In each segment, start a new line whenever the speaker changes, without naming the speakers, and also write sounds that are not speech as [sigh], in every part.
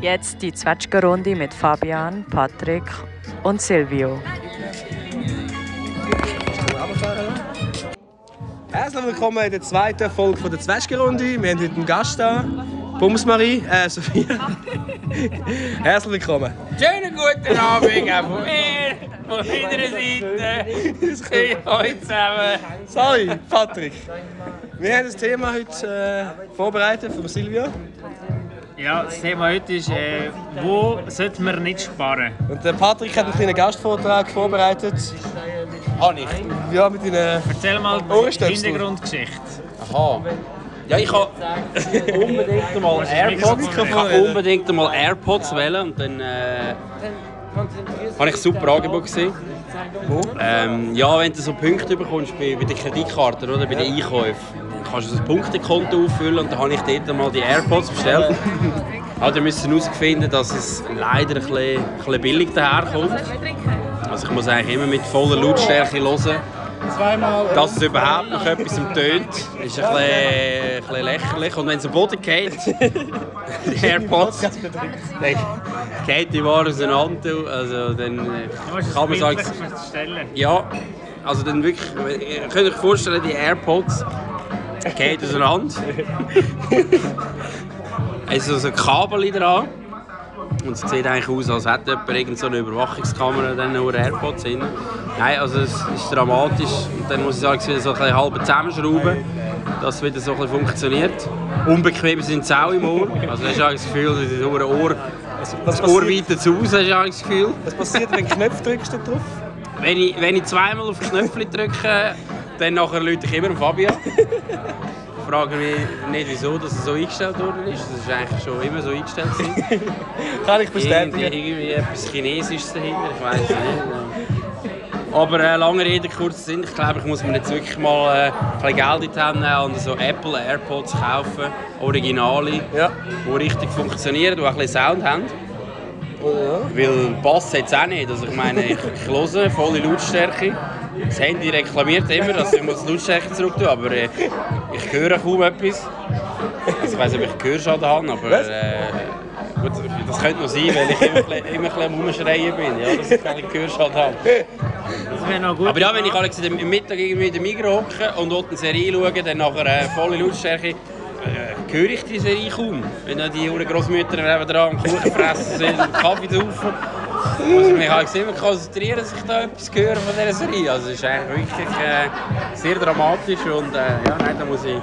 Jetzt die Zwetschgerunde mit Fabian, Patrick und Silvio.
Herzlich willkommen in der zweiten Folge von der Zwetschgerunde. Wir haben heute einen Gast da, Bumsmarie, äh, Sophia. [laughs] Herzlich willkommen.
Schönen guten Abend auch von mir, von meiner Seite. Ich euch zusammen.
Sorry, Patrick. Wir haben das Thema heute äh, vorbereitet von Silvia.
Ja, das Thema heute ist, äh, wo sollte man nicht sparen?
Und der Patrick hat einen kleinen Gastvortrag vorbereitet.
Habe ich.
Ja, mit deinen.
Erzähl mal die
Ohrenstöpsel.
Hintergrundgeschichte.
Aha. Ja, ich habe unbedingt einmal AirPods. Ich habe unbedingt einmal AirPods wählen und dann äh, habe ich ein super Angebot gesehen. Ähm, ja, wenn du so Punkte bekommst bei, bei den Kreditkarten oder bei den Einkäufen, dann kannst du so ein Punktekonto auffüllen und dann habe ich dort einmal die AirPods bestellt. Aber wir müssen herausfinden, dass es leider ein bisschen, ein bisschen billig daherkommt. Also ich muss eigentlich immer mit voller Lautstärke hören. Dass es überhaupt noch etwas tönt, ist ein bisschen, ein bisschen lächerlich. Und wenn es am Boden geht, die AirPods, dann geht die Ware auseinander. Also dann äh, kann man sagen,
verstellen.
ja, also dann wirklich, ihr könnt euch vorstellen, die AirPods gehen auseinander. es ist so ein dus Kabel dran. Und es sieht eigentlich aus, als hätte jemand irgend so eine Überwachungskamera dann nur AirPods drin. Nein, also es ist dramatisch. Und dann muss ich sagen, es wieder so ein bisschen halb zusammenschrauben, dass es wieder so ein bisschen funktioniert. Unbequem sind sie auch im Ohr. Also hast du eigentlich das Gefühl, dass es über ein Ohr,
Was
das Ohr
passiert,
weiter zu aus, hast du eigentlich das Gefühl.
was passiert, wenn du Knöpfe drückst da drauf?
Wenn ich, wenn ich zweimal auf den Knöpfchen drücke, dann nachher rufe ich immer Fabian. Ich frage mich nicht, wieso das so eingestellt worden ist. Das ist eigentlich schon immer so eingestellt. gewesen.
Kann ich
irgendwie,
bestätigen.
irgendwie etwas Chinesisches dahinter, ich weiß nicht. Aber äh, lange Rede, kurzer Sinn. Ich glaube, ich muss mir jetzt wirklich mal äh, ein bisschen Geld in die Hand nehmen und so Apple AirPods kaufen. Originale,
Ja.
die richtig funktionieren, die auch ein bisschen Sound haben.
ja.
Weil Bass hat es auch nicht. Also ich meine, ich, ich höre volle Lautstärke. Das Handy reklamiert immer, dass ich muss die Lautstärke zurück tun, aber äh, ich höre kaum etwas. Also Ich weiß nicht, ob ich Gehörschaden habe, aber
Was?
äh, gut, das könnte noch sein, weil ich immer, ein bisschen- immer ein bisschen am Rumschreien bin, ja, dass ich keinen Gehörschaden habe.
Das wäre noch gut.
Aber ja, wenn ich Alex am Mittag irgendwie in den Migros hocke und dort eine Serie schaue, dann nachher äh, volle Lautstärke, äh, höre ich die Serie kaum. Wenn dann die huren Grossmütter neben dran am Kuchen fressen sind [laughs] und Kaffee saufen, Also, muss ich mich Alex immer konzentrieren, dass ich da etwas höre von dieser Serie. Also es ist eigentlich wirklich äh, sehr dramatisch und äh, ja, nein, da muss ich...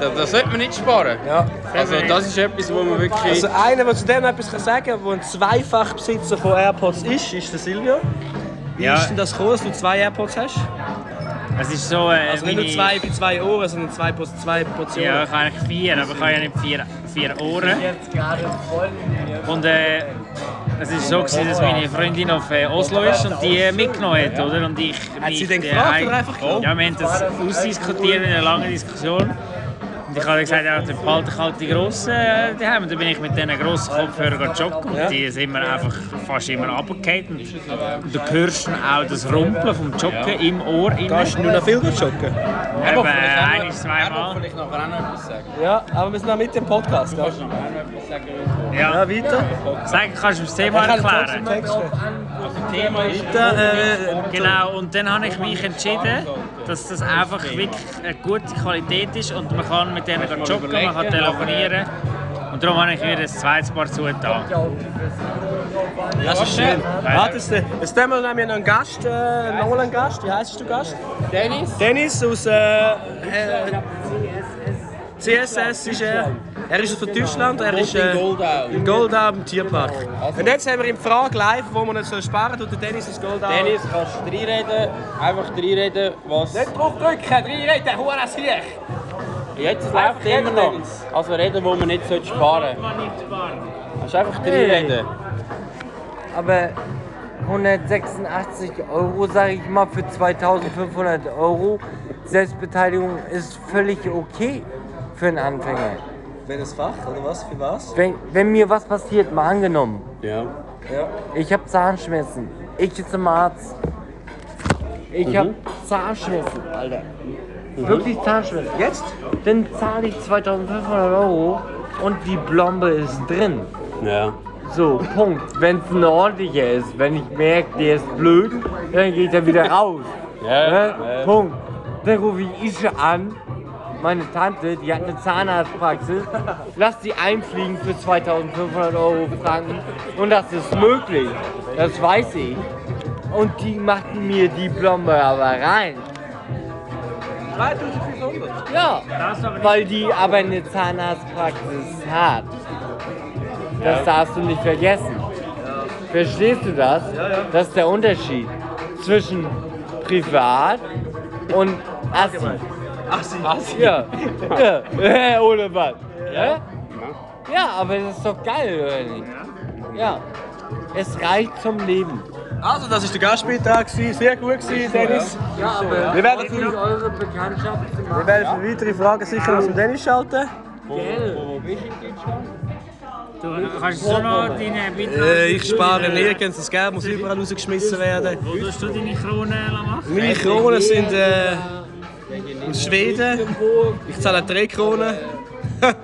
Da, da sollte man nicht sparen.
Ja.
Also das ist etwas, wo man wirklich...
Also einer, der zu dem etwas kann sagen kann, der ein Zweifachbesitzer von AirPods ist, ist der Silvio. Wie
Ja.
ist denn das gekommen, dass du zwei AirPods hast?
Es ist so. Äh,
Also nicht nur
meine-
zwei bei zwei Ohren, sondern zwei, Pos- zwei Portionen.
Ja, ich habe eigentlich vier, aber ich habe ja nicht vier, vier Ohren. Und äh, es war so, gewesen, dass meine Freundin auf äh, Oslo ist und die äh, mitgenommen hat, oder? Und ich
Hat sie
mich,
denn
äh,
gefragt
ein-
oder einfach genommen?
Ja, wir haben das ausdiskutiert in einer langen Diskussion. Und ich habe gesagt, ja, dann behalte ich halt die grossen äh, daheim. Und dann bin ich mit diesen grossen Kopfhörern joggen und die sind mir einfach fast immer runtergefallen. Und du hörst dann auch das Rumpeln vom Joggen im Ohr.
Kannst du nur noch viel joggen?
Aber ein, zweimal.
vielleicht nachher auch noch etwas sagen.
Ja, aber wir sind noch mit dem Podcast. Ja,
Kannst du nachher noch etwas sagen?
Ja.
ja weiter.
Sag, kannst du das Thema
Ich kann
erklären?
den Text erklären.
Thema ist...
Weiter, äh,
Genau, und dann habe ich mich entschieden, dass das einfach wirklich eine gute Qualität ist und man kann mit denen joggen, man kann
äh,
telefonieren. Und darum habe ich mir das zweites Paar zugetan.
das ist schön. Warte, das, das Thema haben wir noch einen Gast, äh, noch mal einen Gast. Wie heißt du Gast? Dennis. Dennis aus äh, äh, CSS ist er. Er ist aus Deutschland, er ist äh,
Goldau.
im Goldau im Tierpark. Und jetzt haben wir ihm die Frage live, wo wir nicht sparen sollen, tut der Dennis aus Goldau.
Dennis, kannst du reinreden? Einfach reinreden, was...
draufdrücken, reinreden, hoher Sieg!
Jetzt läuft
reden,
immer noch.
Dennis.
Also reden, wo man nicht sollte sparen sollte. Kannst du einfach reinreden?
aber 186 Euro, sage ich mal, für 2500 Euro Selbstbeteiligung ist völlig okay für einen Anfänger.
Welches Fach oder was? Für was?
Wenn, wenn mir was passiert, mal angenommen,
Ja.
ich habe Zahnschmerzen, ich gehe zum Arzt, ich
Mhm.
habe Zahnschmerzen, Alter. Wirklich Zahnschmerzen.
Jetzt?
Dann zahle ich 2500 Euro und die Blombe ist drin.
Ja.
So, Punkt. Wenn es ein ordentlicher ist, wenn ich merke, der ist blöd, dann geht er wieder raus. Ne?
Ja.
Punkt. Dann rufe ich Ische an, meine Tante, die hat eine Zahnarztpraxis. Lass die einfliegen für 2500 Euro Franken. Und das ist möglich. Das weiß ich. Und die macht mir die Plombe aber rein.
3500.
Ja,
Darfst du aber nicht-
weil die aber eine Zahnarztpraxis hat. Das darfst du nicht vergessen. Verstehst du das? Das ist der Unterschied zwischen privat und Assi.
Ach, sie.
Ja. ja. Hä, Ohne was. Ja? ja, aber das ist doch geil, oder nicht? Ja. Es reicht zum Leben.
Also, das war der Gastbeitrag. gewesen. Sehr gut, gewesen, Dennis.
Ja, aber
Wir werden trotzdem
eure Bekanntschaft zu
Wir werden für weitere Fragen sicher aus dem Dennis schalten.
Du kannst so noch deine Beitrag.
Äh, ich spare nirgends. Das Geld muss überall rausgeschmissen werden.
Wo tust du deine Krone machen?
Meine Kronen sind äh, aus Schweden. Ich zahle drei Kronen. [laughs]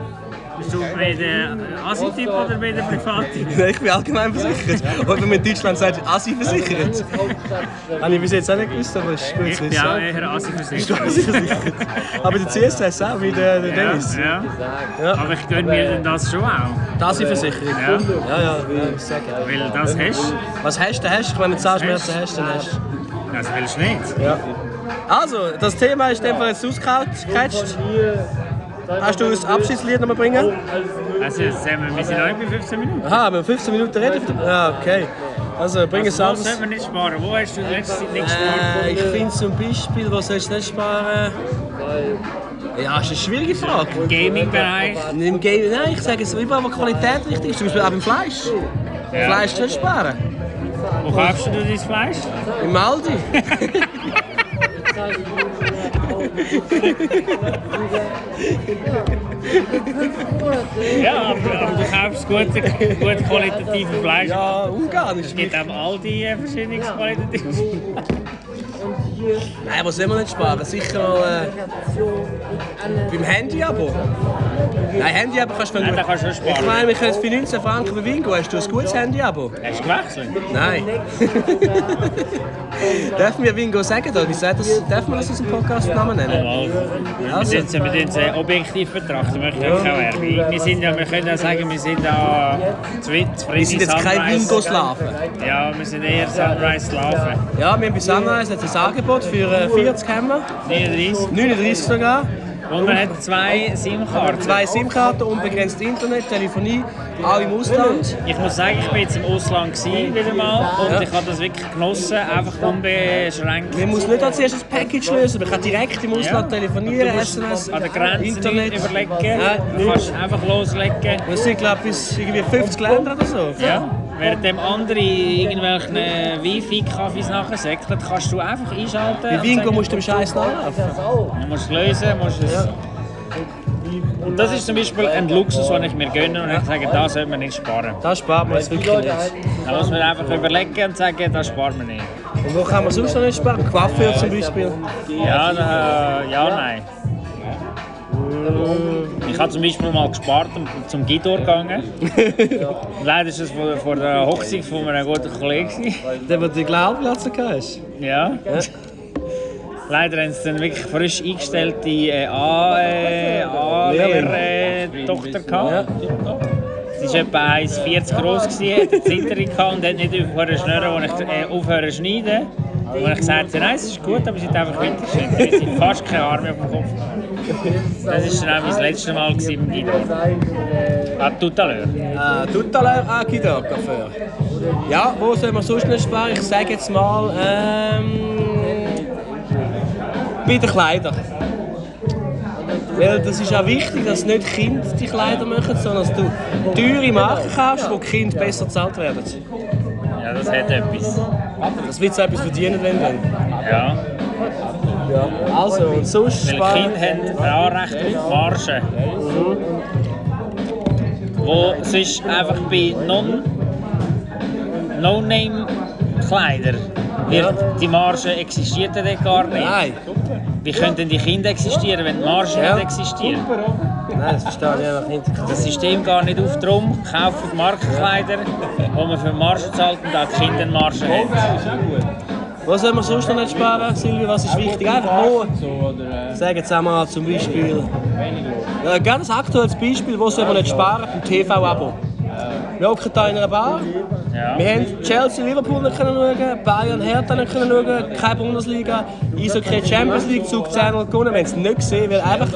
Bist du bei der Asi-Typ oder bei der Privattyp?
Nein, ich bin allgemein versichert. Und wenn man in Deutschland sagt, Assi versichert. Habe ich bis jetzt auch nicht gewusst, aber es ist gut
Ich
zu
bin auch
wissen.
eher
Bist du
Asi-versichert.
Assi versichert? Aber der CSS auch, wie der, der Dennis.
Ja, ja. Aber ich gönne mir denn das schon auch.
Die Assi-Versicherung.
Ja.
Ja, ja, ja, ich sag ja.
Weil das hast du.
Was hast du, hast du? Wenn du Zahnschmerzen hast, dann hast du.
Das willst du nicht.
Also, das Thema ist in dem Fall jetzt ausgecatcht. Hast du das Abschiedslied noch mal bringen?
Also, jetzt sehen wir, wir sind noch nicht bei 15 Minuten.
Aha, wir haben 15 Minuten reden. Ja, okay. Also, bring es
Also, wo
alles.
sollten wir nicht sparen? Wo hast du die letzte Zeit nicht gespart?
Äh, ich finde zum Beispiel, was sollst du nicht sparen? Ja, ist eine schwierige Frage.
Gaming-Bereich.
Im Game, nein, ich sage es überall, wo Qualität wichtig ist. Zum Beispiel auch beim Fleisch. Fleisch sollst du nicht sparen.
Wo kaufst du dein Fleisch?
Im Aldi.
Ja, aber, aber du kaufst gut, gut qualitatives Fleisch.
Ja, ungarnisch.
Es gibt eben all die äh, verschiedenen qualitatives
Nein, was soll man nicht sparen? Sicher mal. Äh, beim Handy-Abo. Nein, Handy-Abo kannst du
Ja,
nicht.
da kannst du schon
Ich
sparen.
meine, wir können es für 19 Franken bei Wingo. Hast du ein gutes Handy-Abo?
Hast du gewechselt?
Nein. [laughs] Dürfen wir Wingo sagen? Oder? Wie sagt das? Dürfen wir das aus dem Podcast-Namen nennen?
Wir
Also.
sind, wir sind äh, objektiv betrachten, möchte ich auch Werbung. Wir, sind ja, wir können ja sagen, wir sind da Zwitt, Freddy,
Wir sind jetzt kein
Sunrise.
Wingo-Slaven.
Ja, wir sind eher Sunrise Laufen.
Ja, wir haben bei Sunrise jetzt ein Angebot für äh, 40 haben wir.
39.
39 sogar.
Und man hat zwei SIM-Karten.
Zwei SIM-Karten, unbegrenzt Internet, Telefonie, auch im Ausland.
Ich muss sagen, ich war jetzt im Ausland gewesen, wieder mal und ich habe das wirklich genossen, einfach unbeschränkt.
Man muss nicht als erstes Package lösen, man kann direkt im Ausland telefonieren, SMS,
an der Grenze
Internet.
nicht überlegen,
Ja,
du kannst einfach loslegen.
Das sind glaube ich bis irgendwie 50 Länder oder so.
Ja. Während dem andere irgendwelchen Wifi-Kaffees nachher säckeln, kannst du einfach einschalten.
Bei
und
Wingo
sagen,
musst du dem Scheiß nachlaufen.
Du musst es lösen, musst es... Und das ist zum Beispiel ein Luxus, den ich mir gönne und ich sage, da sollte man nicht sparen.
Das spart man jetzt wirklich nicht.
Da muss man einfach überlegen und sagen, das spart man nicht.
Und wo kann man sonst noch nicht sparen? Coiffeur zum Beispiel.
Ja, da, ja, nein. Ich habe zum Beispiel mal gespart und zum Guido gegangen. Leider ist es vor, vor der Hochzeit von einem guten Kollegen. gewesen.
Der, der die Glaubplatze hast.
Ja. Leider haben sie dann wirklich frisch eingestellte äh, A- äh, A-Lehr-Tochter gehabt. Sie war etwa 1,40 groß, gewesen, hatte eine Zitterung gehabt und hat nicht aufhören zu schnurren, als ich äh, aufhören zu schneiden. Und ich sagte, nein, es ist gut, aber sie hat einfach weitergeschnitten. Sie hat fast keine Arme auf dem Kopf. Das war dann auch mein letztes Mal gewesen im Guido. Ah, tout à l'heure.
Äh, Tutaleur, ah, Guido, Coiffeur. Ja, wo soll man sonst nicht sparen? Ich sage jetzt mal, ähm... Bei den Kleidern. Weil das ist auch wichtig, dass nicht Kinder die Kleider machen, sondern dass du teure Marken kaufst, wo die Kinder besser bezahlt werden.
Ja, das hat etwas.
Das wird so etwas verdienen, wenn dann.
Ja.
Also, und sonst
Weil Kinder
sparen...
haben ein Anrecht auf Margen. Wo sonst einfach bei Non- No-Name-Kleider wird die Marge existiert dort gar nicht.
Nein,
Wie können denn die Kinder existieren, wenn die Marge nicht existiert?
nein, das verstehe ich einfach nicht.
Das System gar nicht auf drum, kaufen die Markenkleider, wo man für Marge zahlt und auch die Kinder eine Marge hat.
Was soll man sonst noch nicht sparen, Silvio? Was ist wichtig? Einfach nur. Sagen Sie mal zum Beispiel. Ja, ganz aktuelles Beispiel, was soll man nicht sparen? Beim TV-Abo. Wir hocken hier in einer Bar.
Ja.
Wir haben Chelsea, Liverpool nicht können schauen, Bayern, Hertha nicht können schauen, keine Bundesliga, Eishockey, Champions League, Zug 10 und gewonnen. Wir haben es nicht gesehen, weil einfach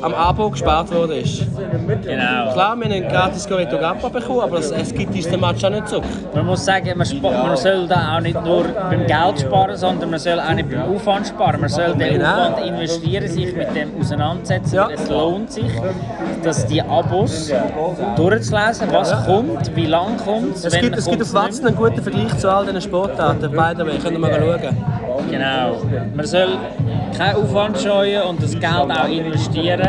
am Abo gespart wurde.
Genau.
Klar, wir haben einen gratis Corretto Gappa bekommen, aber es- es gibt uns den Match auch nicht zurück.
Man muss sagen, man, spa- man soll da auch nicht nur beim Geld sparen, sondern man soll auch nicht beim Aufwand sparen. Man soll den
Genau.
Aufwand investieren, sich mit dem auseinandersetzen.
Ja.
Es lohnt sich, dass die Abos durchzulesen, was kommt, wie lang kommt
Es gibt, es gibt auf Watson einen guten Vergleich zu all diesen Sportarten. By the way, können wir mal schauen.
Genau. Man soll keinen Aufwand scheuen und das Geld auch investieren,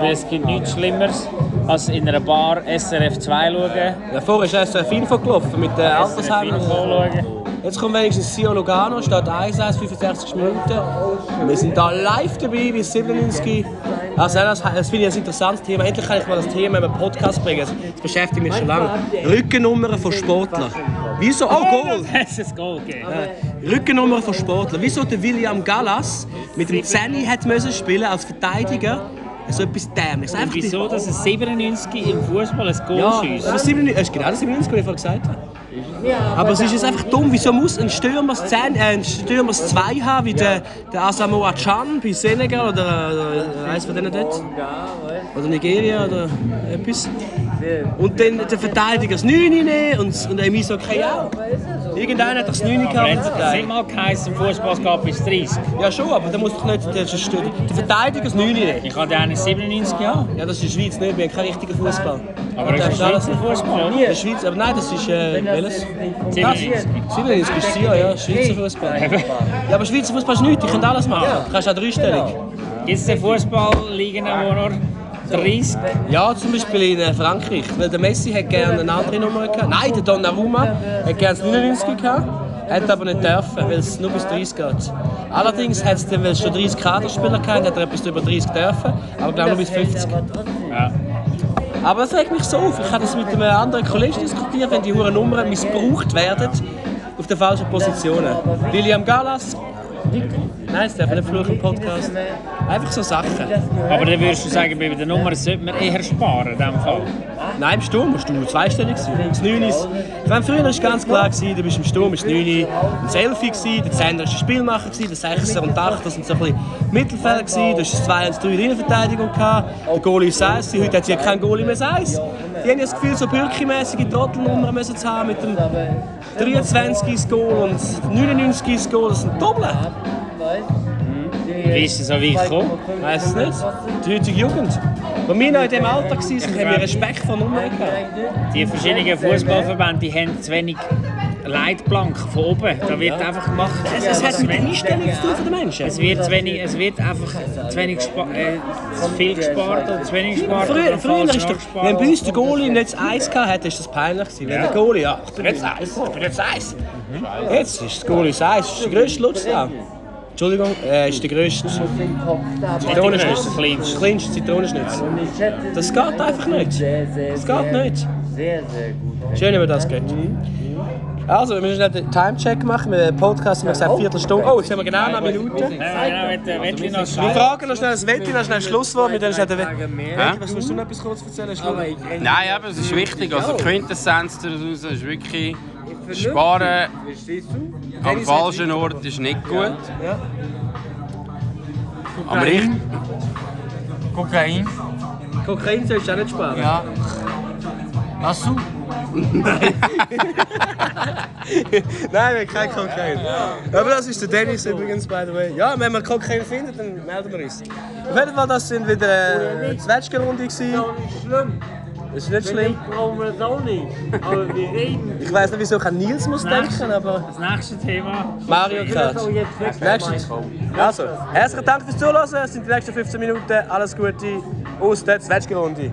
weil es gibt nichts Schlimmeres, als in einer Bar SRF 2 schauen,
Ja, vorher ist SRF Info gelaufen mit der
SRF
Altersheim.
Info schauen. [laughs]
Jetzt kommt wenigstens Sion Lugano, statt 1 1, 65 Minuten. Wir sind da live dabei bei 97. Also das, das finde ich ein interessantes Thema. Endlich kann ich mal das Thema in einem Podcast bringen. Das das beschäftigt mich schon lange. Rückennummern von Sportlern. Wieso? Oh, Goal!
Es ist Goal gegeben.
Rückennummer Äh, von Sportlern. Wieso der William Gallas mit dem Zenny hat müssen spielen als Verteidiger? So etwas dämliches.
Und
Einfach die-
wieso, dass es 97 im Fußball ein Goal
Ja,
schießt?
das 97, das ist genau das 97, was ich vorhin gesagt habe. aber es ist jetzt einfach dumm, wieso muss ein Stürmer 10, äh, ein Stürmer 2 haben, wie der, der Asamoah Chan bei Senegal oder äh, eins von denen dort? Oder Nigeria oder etwas. Und dann der Verteidiger das 9 nehmen und, und der Emiso auch. Irgendeiner hat doch das 9
Aber jetzt hat es
gehabt.
immer geheißen, im Fußball es gab bis 30.
Ja schon, aber der muss doch nicht der, Stürmer- der Verteidiger das 9 nehmen.
Ich hatte einen 97 Jahre.
Ja, das ist in der Schweiz nicht, wir haben keinen richtigen Fußball.
Aber es ist
alles
Schweizer Fußball.
In der Schweiz, aber nein, das ist äh, welches?
97.
Syrien ist bist du ja, ja, Schweizer Fußball. Ja, aber Schweizer Fußball ist nichts, die können alles machen. Du kannst auch dreistellig.
Gibt es den Fußballligen, wo nur 30
Ja, zum Beispiel in äh, Frankreich. Weil der Messi hat gerne eine andere Nummer gehabt. Nein, der Donnarumma hat gerne das 99 gehabt. Hat aber nicht dürfen, weil es nur bis 30 geht. Allerdings hat es dann, weil es schon 30 Kaderspieler gehabt, hat er etwas über 30 dürfen, aber glaube nur bis 50.
Ja.
Aber das regt mich so auf. Ich habe das mit einem anderen Kollegen diskutiert, wenn die hohen Nummern missbraucht werden auf den falschen Positionen. William Gallas. Nein, es darf nicht fluchen im Podcast. Einfach so Sachen.
Aber dann würdest du sagen, bei der Nummer sollte man eher sparen in diesem Fall.
Nein, im Sturm musst du zweistellig sein. Das 9 ist. Ich meine, früher war es ganz klar, gewesen, du bist im Sturm, ist 9 ein Selfie, gewesen, der 10er war ein Spielmacher, gewesen, der 6er und 8er waren so ein bisschen Mittelfeld, gewesen, du hast 2 1 3 in der Innenverteidigung, gehabt, der Goalie ist 1, heute hat sie ja keinen Goalie mehr 1. Die haben ja das Gefühl, so bürkimäßige Trottelnummern müssen zu haben mit dem 23 ist Goal und 99 ist Goal, das sind Doppel.
Wie ist es so weit gekommen?
Weiß es nicht. Die heutige Jugend. Als wir noch in diesem Alter waren, haben wir Respekt vor Nummern gehabt.
Die verschiedenen Fußballverbände die haben zu wenig Leitplanken von oben. Da wird einfach gemacht.
Es, es hat mit der
es,
Einstellung zu tun von den Menschen.
wird zu wenig, es wird einfach zu wenig gespa- äh, zu viel gespart oder zu wenig gespart.
Früher,
oder
früher
falsch
ist doch,
angespart.
wenn bei uns der Goalie nicht das Eis gehabt hat, ist das peinlich gewesen. Wenn der Goalie, ja, ich bin jetzt Eis, ich bin jetzt Eis. Jetzt ist das Goalie das Eis, ist der grösste Lutz da. Entschuldigung, äh, ist der grösste Zitronenschnitz.
Kleinste.
Der kleinste Zitronenschnitz. Das geht einfach nicht. Das geht nicht. Schön, wenn man das geht. Also, wir müssen einen Timecheck machen. Wir Podcast haben wir gesagt, Viertelstunde. Oh, jetzt haben wir genau eine Minute.
Ja, eh, genau, wenn, wenn noch
Wir
Schluss.
fragen noch schnell das Wetti, noch schnell Schlusswort. Mit dem ist der Wetti.
Hä?
Was musst du noch etwas kurz erzählen?
Nein, aber es ist wichtig. Also die Quintessenz daraus ist wirklich, sparen am falschen Ort ist nicht gut.
Ja.
Aber ich,
Kokain.
Kokain sollst du auch nicht sparen.
Ja. Hast du?
[laughs] Nein, wir haben kein Kokain. Aber das ist der Dennis übrigens, by the way. Ja, wenn wir Kokain finden, dann melden wir uns. Auf jeden Fall, das sind wieder äh, Zwetschgenrunde gewesen.
nicht schlimm.
Das ist nicht schlimm.
brauchen wir das auch nicht. Aber wir reden.
Ich weiß nicht, wieso ich an Nils muss denken, aber
Das nächste Thema.
Mario Kart.
jetzt weg.
Nächstes. Also, eh, herzlichen Dank fürs Zuhören. Es sind die nächsten 15 Minuten. Alles Gute aus der Zwetschgenrunde.